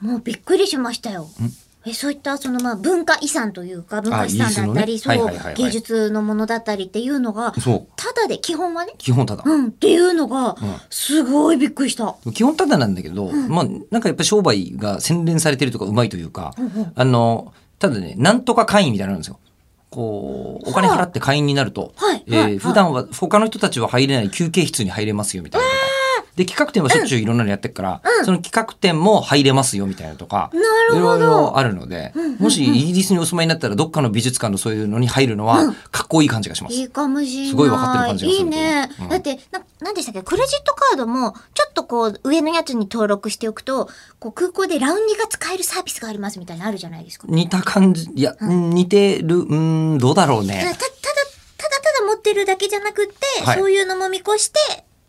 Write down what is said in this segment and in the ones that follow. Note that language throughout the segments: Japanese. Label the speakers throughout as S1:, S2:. S1: もうびっくりしましたよ。えそういったそのまあ文化遺産というか文化資産だったり、
S2: イギリス
S1: そ
S2: の
S1: う、
S2: ねはいはいはいはい
S1: 芸術のものだったりっていうのが
S2: そう
S1: ただで基本はね、
S2: 基本ただ。
S1: うんっていうのが、すごいびっくりした。
S2: 基本ただなんだけど、まあなんかやっぱ商売が洗練されてるとかうまいというか、あのただねなんとか会員みたいなのあるんですよ。こうお金払って会員になると、
S1: はい
S2: え
S1: はいはい
S2: ー普段は他の人たちは入れない休憩室に入れますよみたいなとか。で企画展はしょっちゅういろんなのやってるから、その企画展も入れますよみたいなとか、
S1: なるほど
S2: いろいろあるので、もしイギリスにお住まいになったらどっかの美術館のそういうのに入るのはかっこいい感じがします。
S1: いいかもしれない。
S2: すごい分かってる感じがする
S1: いいね。
S2: うん
S1: だって、な、なんでしたっけクレジットカードも、ちょっとこう、上のやつに登録しておくと、こう、空港でラウンジが使えるサービスがありますみたいなのあるじゃないですか。
S2: 似た感じいや、似てるうーんどうだろう
S1: たた
S2: ね
S1: だ、。ただ、ただただ持ってるだけじゃなくって、
S2: はい
S1: そういうのも見越して、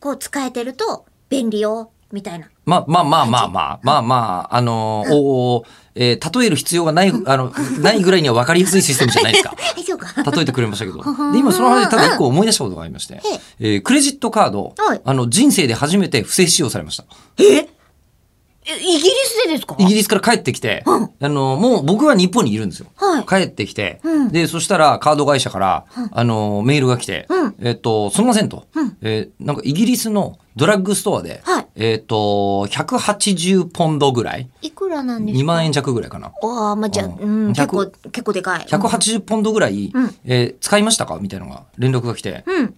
S1: こう、使えてると便利よ、み たいな。
S2: まあまあまあまあまあ、まあまあ、あのー、おーえー例える必要がない、あの、ないぐらいには分かりやすいシステムじゃないですか。
S1: え、そうか。
S2: 例えてくれましたけど。で、今その話でただ一個思い出したことがありまして、えークレジットカード
S1: はい、
S2: あの、人生で初めて不正使用されました。
S1: え、イギリスでですか
S2: イギリスから帰ってきて、あの、もう僕は日本にいるんですよ。
S1: はい
S2: 帰ってきて、
S1: うん
S2: で、そしたらカード会社から、あの、メールが来て、
S1: うん
S2: えっと、すみませんと、
S1: うん
S2: えーなんかイギリスのドラッグストアで、
S1: はい
S2: えっと、180ポンドぐらい、
S1: いくらなんですか
S2: 2万円弱ぐらいかな。
S1: ああ、まあ、じゃあ、
S2: う
S1: う
S2: ん
S1: ん、結構、
S2: 100
S1: 結構でかい。
S2: 180ポンドぐらい、
S1: うん
S2: えー使いましたかみたいなのが連絡が来て、
S1: うん。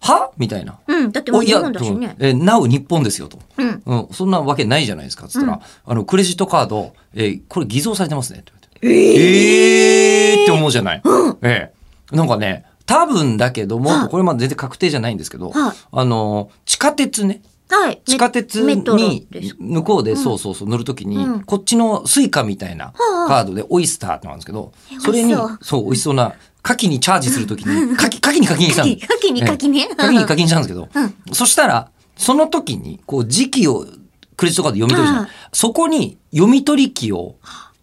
S2: はみたいな。
S1: うん。だってもう
S2: おい
S1: 日
S2: や
S1: 本だしね。
S2: えーなお日本ですよと。
S1: うん。
S2: うん、そんなわけないじゃないですか。つったら、あの、クレジットカード、えーこれ偽造されてますね。って言われてえー、って思うじゃない。ええなんかね、多分だけども、
S1: はい
S2: これまだ全然確定じゃないんですけど、
S1: はい
S2: あの、地下鉄ね。
S1: はい。
S2: 地下鉄
S1: メメトロ
S2: に
S1: ですか
S2: 向こうでそうそうそう乗るときに、
S1: うん
S2: こっちのスイカみたいな
S1: はあ
S2: カードでオイスターってのあるんですけど、
S1: え
S2: それに
S1: 美味しそう
S2: そう美味しそうな牡蠣にチャージするときに 牡蠣牡蠣に課金したんです
S1: 牡蠣に課金ね
S2: ええ牡蠣に課金したんですけど、
S1: う
S2: そしたらその時にこう時期をクレジットカード読み取るじゃ
S1: うん
S2: ないそこに読み取り機を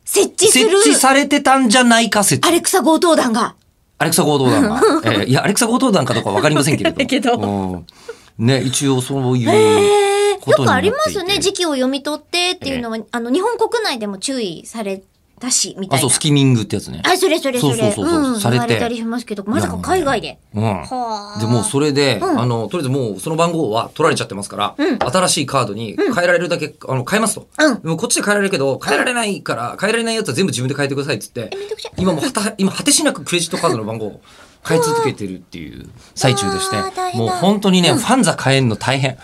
S1: 設置す
S2: 設
S1: る
S2: 置されてたんじゃないか説
S1: アレクサ強盗団が。
S2: アレクサ強盗団 が、ええいやアレクサ強盗団かどうかわかりませんけれど
S1: わかんないけど
S2: うんね一応そういう、
S1: えー、
S2: こ
S1: よ
S2: と
S1: く
S2: にな
S1: あ
S2: って
S1: り
S2: いて
S1: ますね。時期を読み取ってっていうのは、あの、日本国内でも注意されたし、みた
S2: あ
S1: いな。
S2: そうスキミングってやつね
S1: あ、それそれそれ。
S2: そうそうそうそ
S1: う
S2: う
S1: ん、
S2: さ
S1: さ
S2: れ
S1: れ
S2: て
S1: て。たりしますけど、まさか海外で。
S2: うん
S1: はあ。
S2: でもうそれで、
S1: うん
S2: あのとりあえずもうその番号は取られちゃってますから、
S1: うん
S2: 新しいカードに変えられるだけ、あの変えますと、
S1: うん
S2: でもこっちで変えられるけど変えられないから変えられないやつは全部自分で変えてくださいっつって
S1: えめんどくさい
S2: 今もうはた今果てしなくクレジットカードの番号を変え続けてるっていう最中でして
S1: うわー大変
S2: もう
S1: だ
S2: 本当にね、ファンザ変えんの大変。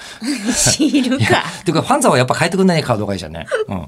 S1: 知る
S2: いや
S1: か。
S2: ていうかファンザはやっぱ変えてくんないねカード会社ね。うん